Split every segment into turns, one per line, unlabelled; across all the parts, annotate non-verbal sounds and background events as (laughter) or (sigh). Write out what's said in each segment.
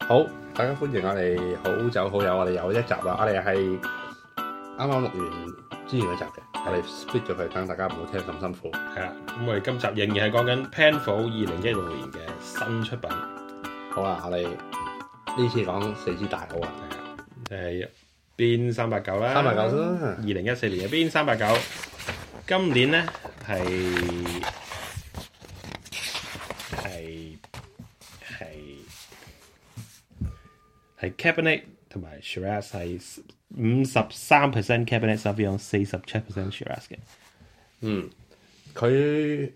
好，大家歡迎我哋好酒好友，我哋有一集啦，我哋係啱啱錄完之前嗰集嘅，我哋 split 咗佢，等大家唔好聽咁辛苦。
係啦，咁我哋今集仍然係講緊 Penfolds 二零一六年嘅新出品，係
好啦，我哋呢次講四支大佬啊，
啦，就係 Bin 三八九啦，
三埋九啦
二，零一四年嘅 Bin 三八九，今年咧係係係係 Cabernet 同埋 Shiraz 係五十三 percent Cabernet Sauvignon，四十七 percent Shiraz 嘅，
嗯，佢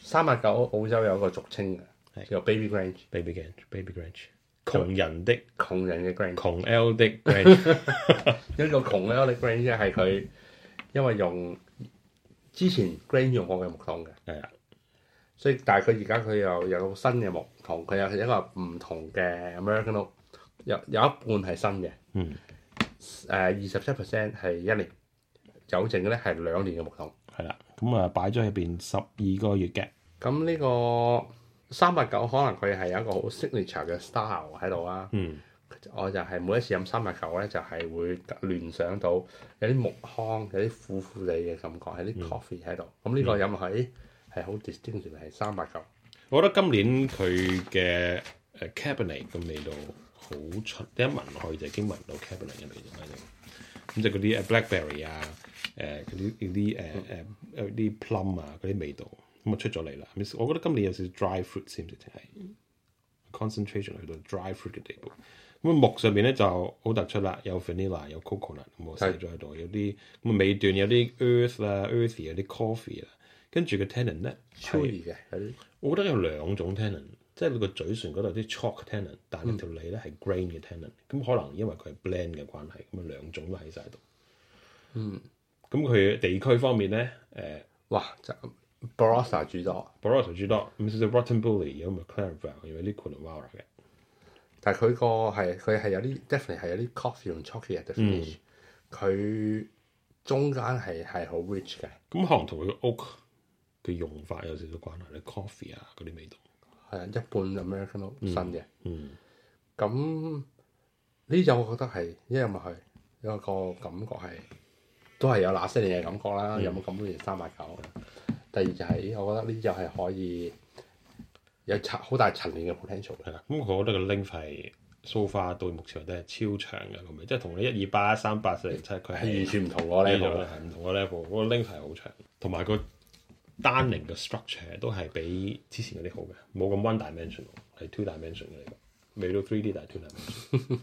三八九澳洲有個俗稱嘅，
係
叫做 Baby Grange，
Baby Grange，Baby Grange，窮人的 (laughs)
窮人嘅 Grange。
窮 L 的 Grange。
一個窮咧，我哋 Grange 咧係佢因為用之前 Grange 用過嘅木桶嘅，
係啊，
所以但係佢而家佢又有新嘅木桶，佢有一個唔同嘅 American oak，有有一半係新嘅，
嗯，
誒二十七 percent 係一年，有剩嘅咧係兩年嘅木桶。
係啦，咁啊擺咗喺邊十二個月嘅，
咁呢個三八九可能佢係有一個好 signature 嘅 style 喺度啦。
嗯，
我就係每一次飲三八九咧，就係、會聯想到有啲木糠，有啲苦苦地嘅感覺，有啲 coffee 喺度。咁呢個飲落去咦係好 distinctive，係三八九。
我覺得今年佢嘅誒 cabinet 嘅味道好出，你一聞落去就已經聞到 cabinet 嘅味道喺度，咁就嗰啲誒 blackberry 啊，誒嗰啲嗰啲誒誒誒啲 plum 啊嗰啲味道，咁啊出咗嚟啦。我覺得今年有少少 dry fruit 先至係 concentration 去到 dry fruit 嘅地步。咁木上面咧就好突出啦，有 vanilla 有 coconut 咁我寫咗喺度，有啲咁尾段有啲 earth 啦、earthy 有啲 coffee 啦，跟住個 tannin 咧係
chewy 嘅有啲
我覺得有兩種 tannin，即係你個嘴唇嗰度有啲 chalk tannin，但係你條脷咧係 grain 嘅 tannin。咁可能因為佢係 blend 嘅關係，咁啊兩種都喺晒度。嗯。咁佢地區方面咧，誒
哇！就 Barossa 主導，
b o r o s a 主多，咁少少 Rottenbully 有 McLaren v a l 有 l i q u i d w a r a 嘅。
但係佢個係佢係有啲 definitely 係有啲 coffee 同 chocolate 嘅 finish。佢、中間係係好 rich 嘅，
咁可能同佢屋嘅用法有少少關係咧，coffee 啊嗰啲味道。
係啊一半 American oak 新嘅。
嗯。
咁呢隻我覺得係一入去有個感覺係都係有那些年嘅感覺啦，有冇咁多年三八九？第二就係、我覺得呢隻係可以有層好大層面嘅 potential 嘅。
係啦，咁我覺得個 link 係 so far 到目前為止係超長嘅咁樣，即係同你一二八、一三八、四零七，佢
係
係
完。全唔同我
呢
level
度
嘅
係唔同嘅 level，嗰個 link 係好長，同埋個單寧嘅 structure 都係比之前嗰啲好嘅，冇咁 one dimensional，係 two dimension 嘅嚟講，未到 three D 但係 two dimension。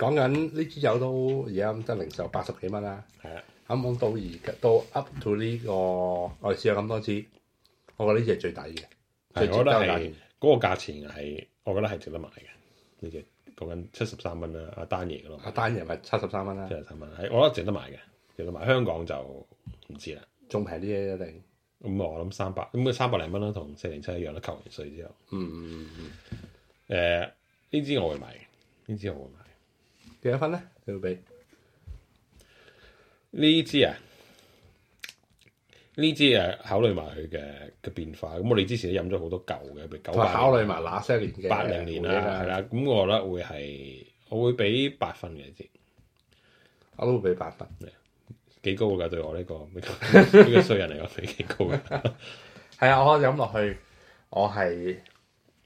講緊呢支酒都而家得零售八十幾蚊啦，
係啊，
啱啱到而家到 up to 呢、個我哋試咗咁多支，我覺得呢支係最抵嘅，最
係
值
我
得
覺得
嘅價
係
錢。
嗰個價錢係，我覺得係值得買嘅。呢隻講緊七十三蚊啦，阿丹爺嘅咯，
阿啊單人咪七十三蚊啦
七，十三蚊，係我覺得值得買嘅，值得買。香港就唔知啦。
仲平啲嘅一定。
咁我諗三百，咁佢三百零蚊啦，同四零七一樣啦，扣完税之後。
嗯，
誒呢支我會買嘅，呢支我會買。
幾多分咧？你要俾？
呢支啊，呢支誒考慮埋佢嘅嘅變化。咁我哋之前都飲咗好多舊嘅，譬如九
同埋考
八
慮埋那些年嘅
八零年啊
回憶啊
啦，係，啦。咁我覺得會係，我會俾八分嘅呢支，
我都會俾八分。
幾高㗎對我呢、個 (laughs) 呢個呢個衰人嚟講，俾幾高
(laughs)
嘅。
係啊，我飲落去，我係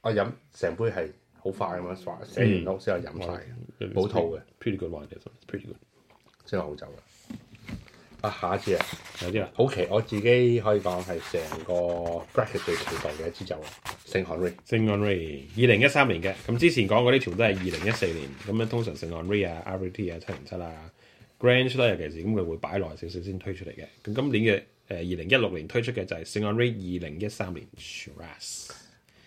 我飲成杯係好快咁樣刷，寫
嗯
完屋之後飲晒嘅，冇肚嘅，
，pretty good one 其實，pretty good。
真係好酒嘅。啊，下一次啊，
有啲啦，
好奇我自己可以講係成個 bracket 最期待嘅一支酒啊，聖漢瑞。
聖安 Ray 二零一三年嘅，咁之前講嗰啲全部都係二零一四年，咁樣通常聖安 Ray 啊、RVT 啊、七零七啊、Grange 啦，尤其是咁佢會擺耐少少先推出嚟嘅。咁今年嘅誒二零一六年推出嘅就係聖安 Ray 二零一三年 Shiraz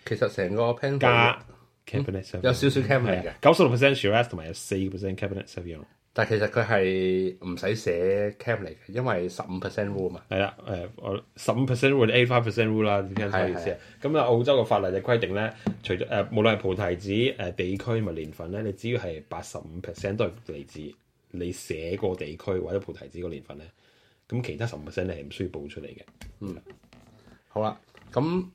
其實成個 pen
加 Cabernet Sauvignon，
有少少 Cabernet
係
嘅
啊，九十六 percent Shiraz 同埋有四 percent Cabernet Sauvignon，
但其實佢係唔使寫 cam 嚟嘅，因為十五 percent rule 嘛。
係啦，誒我十五 percent rule、eight five percent rule 啦，聽我意思
係係
啊。咁啊，澳洲嘅法例就規定咧，除咗誒、無論係菩提子誒、地區同埋年份咧，你只要係八十五 percent 都係嚟自你寫個地區或者菩提子個年份咧，咁其他十五 percent 你係唔需要報出嚟嘅。
好啦，咁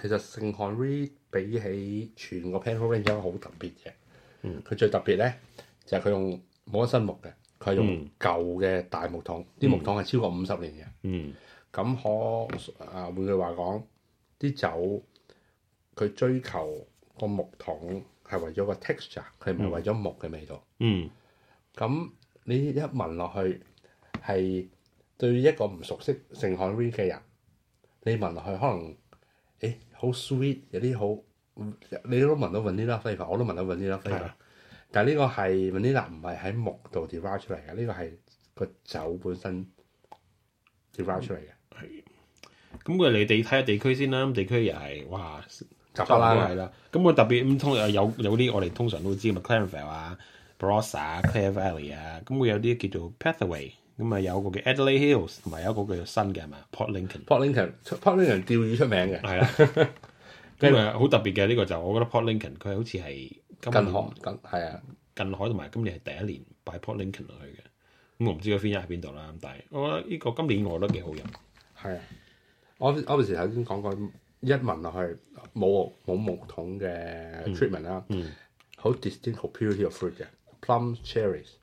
其實聖漢 r e 比起全個 Panhole Range 有一個好特別嘅。佢最特別咧就係佢用冇乜新木嘅，佢係用舊嘅大木桶，啲、木桶係超過五十年嘅。
嗯
咁可啊換句話講，啲酒佢追求個木桶係為咗個 texture，佢唔係為咗木嘅味道。
嗯
咁、你一聞落去係對一個唔熟悉聖海威嘅人，你聞落去可能誒好 sweet，有啲好你都聞到 vanilla flavour，我都聞到 vanilla
係啊
flavour。但係呢個係 vanilla 唔係喺木度 derive 出嚟嘅，呢、個係個酒本身 derive 出嚟嘅。
咁佢你地睇下地區先啦，咁地區又係哇，
夾克啦
係啦。咁佢特別咁通有有啲我哋通常都知嘅 Clarenville 啊、Barossa 啊、Clare Valley 啊，咁會有啲叫做 Pathway，咁啊有個叫 Adelaide Hills，同埋有一個叫做新嘅係嘛 Port Lincoln。
Port Lincoln，Port Lincoln 釣魚出名嘅，
係啦， (laughs) 咁啊好特別嘅呢個就，我覺得 Port Lincoln 佢好似係今
近
年
河近係啊，
近海同埋今年係第一年擺 Port Lincoln 落去嘅。咁我唔知個 f i n 喺邊度啦，但係我覺得呢個今年我覺得幾好飲。
係啊。我我嗰時頭先講過，一聞落去冇冇木桶嘅
嗯
treatment 啦，好 distinct 好 purity of fruit 嘅 plum cherries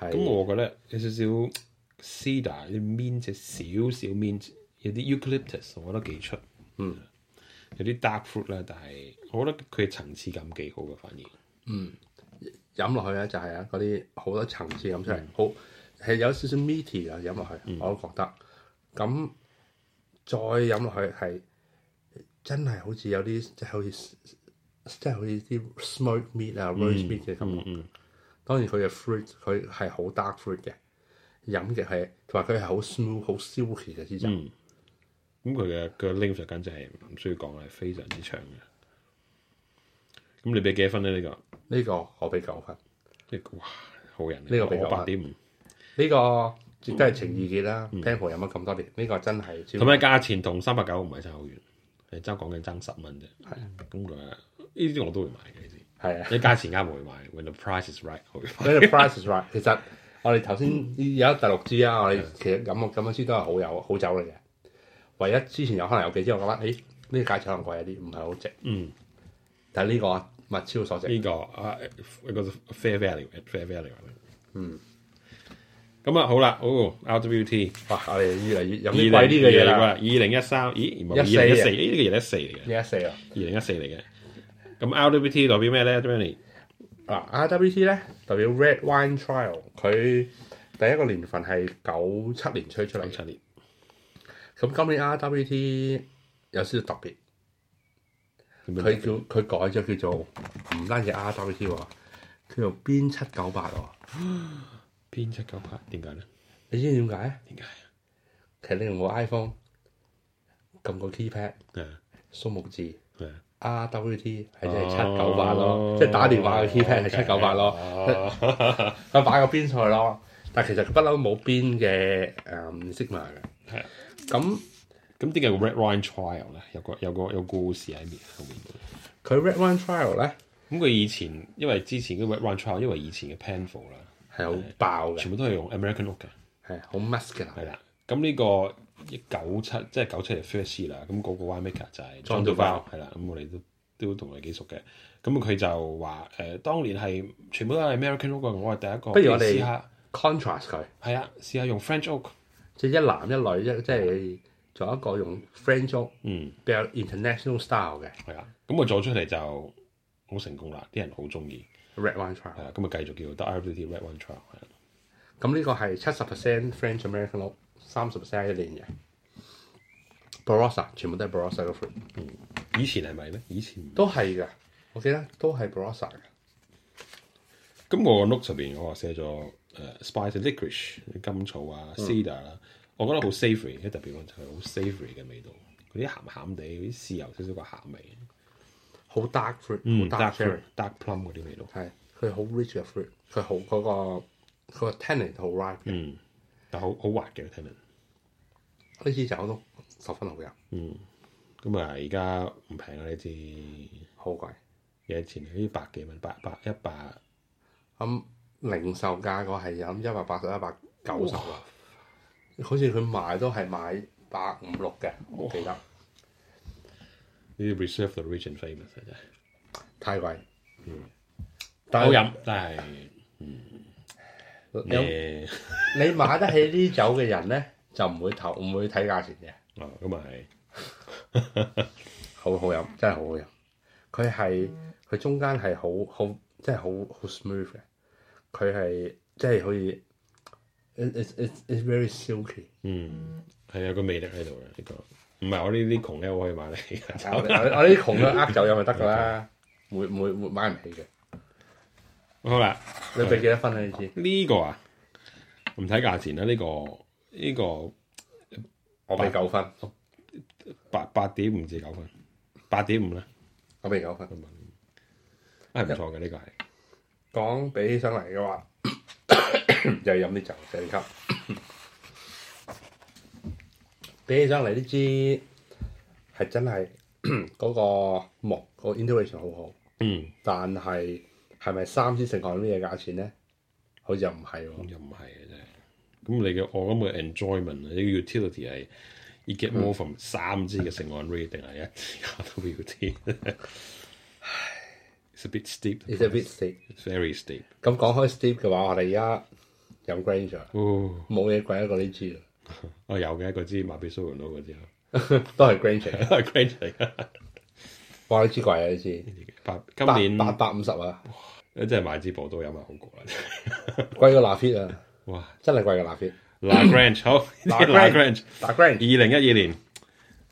咁
係
我覺得有少少 cedar 啲 mint 少少 mint，有啲 eucalyptus，我覺得幾出。嗯，有啲 dark fruit 啦，但係我覺得佢嘅層次感幾好嘅，反而
飲落去咧就係啊嗰啲好多層次咁出
嗯
嚟，好係有少少 meaty 啊飲落去，我都覺得。咁再飲落去係真係好似有啲即係好似即係好似啲 smoked meat 啊
嗯
roast meat 嘅感覺。當然佢嘅 fruit 佢係好 dark fruit 嘅，飲嘅係同埋佢係好 smooth 好 silky 嘅支酒。
嗯咁佢嘅佢嘅 length 就簡直係唔需要講啦，係非常之長嘅。咁你俾幾多分咧？呢、個
呢個我俾九分，
即係哇，好人呢啊
呢個比較
八點五，
呢個亦都係情意結啦。Pample 飲咗咁多年，呢個真係超
嗯同埋價錢同三百九唔係差好遠，係爭講緊爭十蚊啫。咁佢話呢啲我都會買嘅呢啲。
係啊。
你價錢啱我會買，when the price is right 我會買。 (laughs)
呢個 price is right。其實我哋頭先有一第六支啊，我哋其實咁咁樣支都係好有好酒嚟嘅。唯一之前有可能有幾支我覺得，誒呢個價錢可能貴一啲，唔係好值。嗯。但係呢個物超所值。
呢、個啊一個 fair value，fair value。嗯。咁啊，好啦，哦，RWT
哇！我哋越嚟越有
二
啲貴啲嘅嘢啦。
二零一三，咦，唔係
14
二零
啊
一四，咦，呢個二零一四嚟嘅，
一四啊！
二零一四嚟嘅。咁 RWT 代表咩咧 j o n n y
嗱，RWT 咧代表 Red Wine Trial，佢第一個年份係九七年吹出嚟
九
嘅。
七年，
咁今年 RWT 有少少特別，
咁樣
佢叫佢改咗叫做唔單止 RWT 喎，叫做邊七九八喎。
邊七九八？點解咧？
你知唔知點解？
點解啊
其實你用個 iPhone 撳個 keypad，
係
數目字
啊？係啊
RWT 係真係七九八咯，即係打電話嘅 keypad 係七九八咯，
哦
佢擺個邊菜咯。但其實佢不嬲冇邊嘅誒色碼
係
嘅
啊。
咁
咁點解個 Red Wine Trial 咧？有個有個有故事喺面後面。
佢 Red Wine Trial 咧
咁佢以前因為之前嘅 Red Wine Trial，因為以前嘅 Penfold 啦，
係好爆嘅，
全部都係用 American Oak 嘅，
係好 muscular
係啦。咁呢個一九七即係九七年 first year 啦，咁嗰個 winemaker 就係
John
John
Duval
Duval 係啦。咁我哋都都同佢幾熟嘅。咁佢就話誒、呃，當年係全部都係 American Oak 嘅，我係第一個。
不如我哋
試下
contrast 佢，
係啊，試下用 French Oak。
即係一男一女一即係仲有一個用 French oak
嗯，
比較 international style 嘅
係啦。咁我做出嚟就好成功啦，啲人好中意。
Red Wine Trial
係。啦，咁啊繼續叫做 The RWT Red Wine Trial 係啦。啊
咁呢個係七十 percent French American oak，三十 percent 一年嘅 Barossa，全部都係 Barossa 嘅 fruit，
以前係咪咧？以前唔
都係嘅。我記得都係 Barossa 嘅。
咁我 note 入邊我話寫咗誒、呃 spice licorice 甘草啊
嗯
cedar 啦、我覺得好 savoury，一特別講就係好 savoury 嘅味道，嗰啲鹹鹹地，嗰啲豉油少少個鹹味，
好 dark fruit，好嗯 dark cherry，
嗯 dark plum 嗰啲味道。
係佢好 rich 嘅 fruit，佢好嗰個佢個 tannin 好 ripe 嘅。
嗯，但好好滑嘅聽聞。
呢支酒都十分好飲，
咁啊，而家唔平啊呢支，幾
好貴。
多錢？啊呢百幾蚊，百百一百，
咁零售價個係飲一百八十、一百九十啊，好似佢賣都係賣百五六嘅，我記得。
啲 reserve the rich and famous 啊真係
太貴。但
好
係
飲，但係
有
誒 (laughs)
你買得起呢酒嘅人咧，就唔會投唔會睇價錢嘅，
哦咁啊係
好好飲，真係好好飲。佢係佢中間係好好，即係好好 smooth 嘅。佢係即係好似 it it it it's very silky。
嗯係有個魅力喺度嘅呢個，唔係我呢啲窮 L 可以買得起嘅
我哋我哋我哋啲窮嘅呃酒飲咪得㗎啦，唔會唔會唔會買唔起嘅。
好啦，
你俾幾多分啊？呢支
呢個啊唔睇價錢啦，呢個呢個
我俾九分，
八八點五至九分，八點五啦，
我俾九分。
係唔錯嘅呢個係。
講比起上嚟嘅話， (coughs) 又要飲啲酒，就要級。比起上嚟呢支係真係 (coughs) 嗰個木、個 intuition 好好，
嗯，
但係係咪三支成行呢嘢價錢咧？好似又唔係喎
咁。又唔係嘅真係。咁你嘅我諗嘅 enjoyment 啊，呢個 utility 係 you get more from 三支嘅成按 rate 定係一支 RWT。It's a bit steep.
It's a bit steep。
It's very steep.
咁講開 steep 嘅話，我哋而家飲 Granger，
哦，
冇嘢貴得過呢支啊啦，
我有嘅嗰支馬比蘇倫佬嗰支啊
(laughs) 都係 Granger。
，Grand 嚟嘅
哇！呢支貴啊，呢支
八
八
今
八
年
百五十啊，
真係買支波都飲下好過啦。
貴過 Lafite 啊，
哇
真係貴過 Lafite。
，La Grange 好
La
，La
Grange
Grange。
打
二
Granger。
零一二年，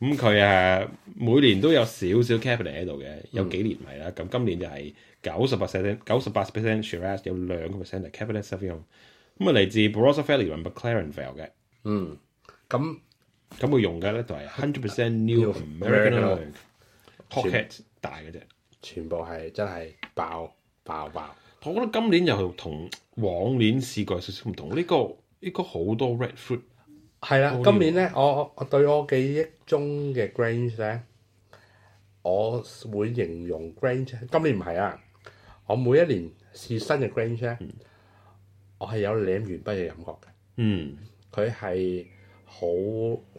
咁佢誒每年都有少少 cabinet 喺度嘅，有幾年唔係啦。咁今年就係九十八 percent、九十八 percent Shiraz，有兩個 percent 係 cabinet Sauvignon。咁啊嚟自 Barossa Valley 同 McLaren Vale 嘅，
嗯，咁
咁佢用嘅咧就係 hundred percent new
New
American
American
oak pocket 大嘅啫。
全部係真係爆爆爆，
我覺得今年又同往年試過有少少唔同，呢、個呢、個好多 red fruit
係啦
好。
今年咧，我我我對我記憶中嘅 Grange 咧，我會形容 Grange。今年唔係啊，我每一年試新嘅 Grange 咧，我係有舐完筆嘅感覺嘅。
嗯。
佢係好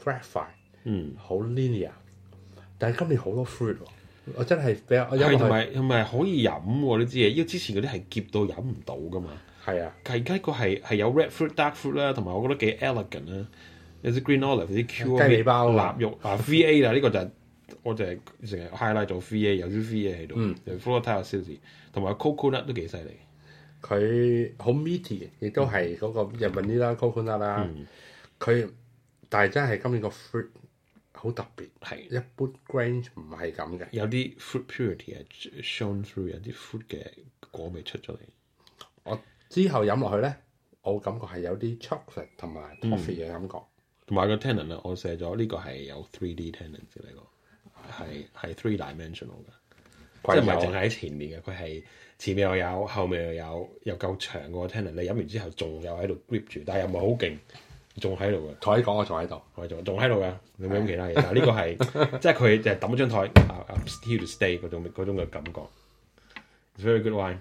graphite，
嗯，
好 linear，但係今年好多 fruit 喎。我真係比較我飲
係
落
同
去
埋同埋可以飲喎呢支嘢，因為之前嗰啲係澀到飲唔到噶嘛。
係啊，
係而家個係係有 red fruit、dark fruit 啦，同埋我覺得幾 elegant 啦，有啲 green olive、有啲 Q
雞尾包啊
臘肉啊 VA 啦，呢個就係我就係成日 highlight 咗 VA 有啲 VA 喺
嗯
度，有 floral silly，同埋 coconut 都幾犀利。
佢好 meaty，亦都
嗯
係嗰個日文呢啦 coconut 啦，佢、但係真係今年個 fruit 好特別，
係
一般 Grange 唔係咁嘅。
有啲 fruit purity 係 shown through，有啲 fruit 嘅果味出咗嚟。
我之後飲落去咧，我感覺係有啲 chocolate 同埋 toffee 嘅感
嗯
覺，
同埋個 tenant 咧，我寫咗呢個係有 three D tenant 嘅呢個係係 three dimensional 嘅。即係唔係淨
貴
係喺前面嘅，佢係前面又有，後面又有，又夠長嘅喎。聽嚟你飲完之後仲有喺度 grip 住，但係又唔係好勁，仲喺度嘅，
坐喺講我坐喺度，
我仲仲喺度㗎。你冇飲其他嘢，但係呢個係即係佢就係抌咗張台啊啊，still to stay 嗰種嗰種嘅感覺。It's very good wine，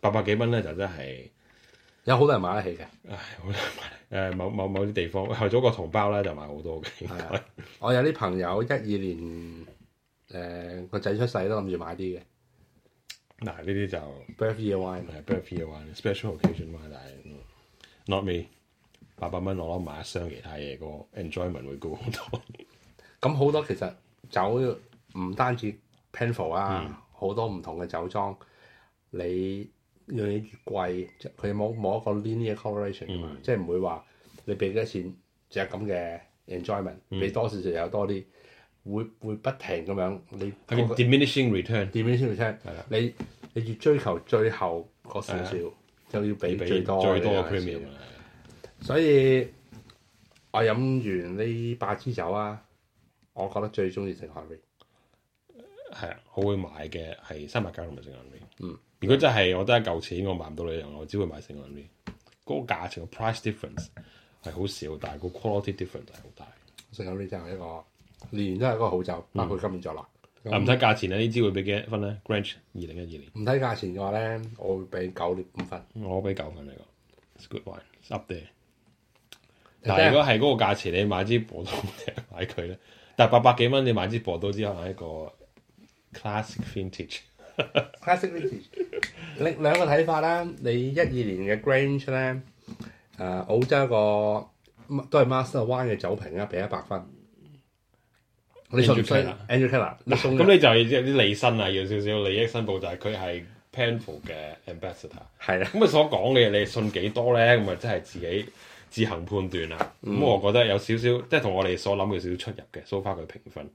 八百幾蚊咧就真係，
有好多人買得起嘅。
唉，好難買。誒、某某某啲地方， (laughs) 後咗個同胞咧就買好多嘅，應
係
該
啊我有啲朋友一二年誒個仔出世都諗住買啲嘅
嗱呢啲就
birthday wine，啊
係 birthday wine、special occasion wine，但係 not me。八百蚊我諗買一箱其他嘢，個 enjoyment 會高好 (laughs) 多。
咁好多其實酒唔單止 Penfolds 啊，好、多唔同嘅酒莊，你樣嘢越貴，即係佢冇冇一個 linear correlation 㗎嘛，即係唔會話你俾幾多錢就有咁嘅 enjoyment，俾、多少就有多啲，會會不停咁樣你
係 diminishing return，
點樣先會聽？你你越追求最後嗰少少，就要俾
俾
最多
最
嘅
多嘅
有陣時
premium 啊啦。
所以我飲完呢八支酒啊，我覺得最中意食海味。
係啊，我會買嘅係三百九同埋聖眼 V。嗯，如果真係我得一嚿錢，我買唔到兩樣，我只會買聖眼 V。嗰個價錢個 price difference 係好少，但係個 quality difference 係好大。
食海味就係一個年年都係一個好酒，
嗯
包括今年在內。
啊，唔睇價錢咧，呢支會俾幾多分咧？Grange 二零一二年，
唔睇價錢嘅話咧，我會俾九點五分。
我俾九分呢個，it's good wine，it's up there。但係
但
如果係嗰個價錢，你買支波刀買佢咧，但係八百幾蚊你買支波刀之後係一個 classic vintage。
classic vintage。另兩個睇法啦，你一二年嘅 Grange 咧，誒、澳洲一個都係 Master One 嘅酒瓶啊啦，俾一百分。你信唔信
Andrew Keller
Andrew Keller？你送
咁你就有啲利身啊，要少少利益申報，就係佢係 Penfold 嘅 ambassador。
係啦，
咁佢所講嘅嘢，你信幾多咧？咁啊，真係自己 (laughs) 自行判斷啦。咁、我覺得有少少，即係同我哋所諗嘅少少出入嘅。so far 佢評分，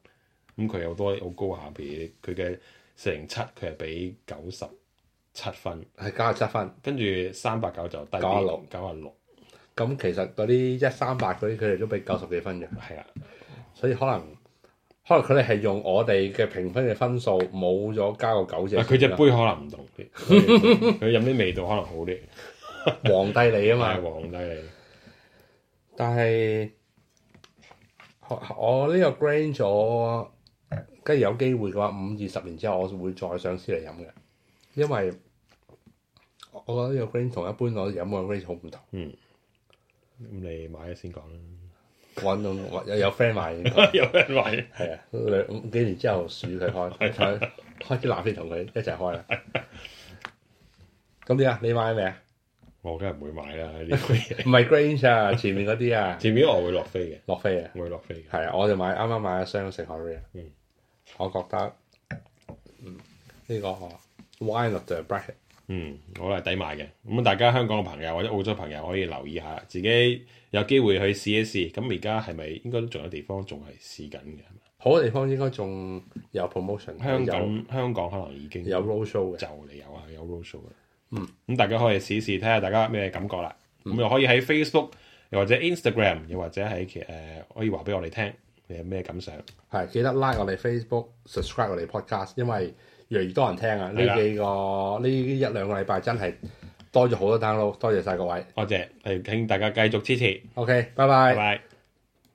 咁佢有好多好高下，譬如佢嘅四零七，佢係俾九十七分，
係九十七分。
跟住三百九就低
96
啲，九啊六，
咁其實嗰啲一三八嗰啲，佢哋都俾九十幾分嘅，
係啊啦，
所以可能可能佢哋係用我哋嘅評分嘅分數冇咗加個九字。
啊但佢隻杯可能唔同啲，所以佢佢飲啲味道可能好 (laughs) 啲，
(laughs) 皇帝你啊嘛
係。皇帝嚟。
但係我我呢個 grant 咗，跟住有機會嘅話，五二十年之後，我會再上司嚟飲嘅，因為我我覺得呢個 grant 同一般我飲嘅 grant 好唔同。
咁你買咗先講啦。
揾到我有有 friend 買，
(laughs)
(laughs)
有人買，
係啊，兩幾年之後鼠佢開，開開啲男先同佢一齊開啦。咁點啊？你買未啊？
我梗係唔會買啦呢啲 (laughs)
唔
嘢。
係 grant 啊，前面嗰啲啊，
前面我會落飛嘅，
落飛啊！
我會落飛嘅。
係啊，我就買啱啱買咗箱食海瑞啊。
嗯
我覺得嗯呢、個 wine of the bracket
嗯，我係抵買嘅。咁大家香港嘅朋友或者澳洲朋友可以留意下，自己有機會去試一試。咁而家係咪應該都仲有地方仲係試緊嘅？
好嘅地方應該仲有 promotion，
香
嗯有
港香港可能已經
有 road show 嘅。
就嚟有啊，有 roadshow 嘅。嗯，咁大家可以試試睇下大家咩感覺啦。咁又可以喺 Facebook，又或者 Instagram，又或者喺其誒、呃可以話俾我哋聽你有咩感想。
係記得 like 我哋 Facebook，subscribe 我哋 podcast，因為越嚟越多人聽啊！呢
係啦
幾個呢一兩個禮拜真係多咗好多 download，多謝晒各位。
多謝，係請大家繼續支持，
OK，
拜拜。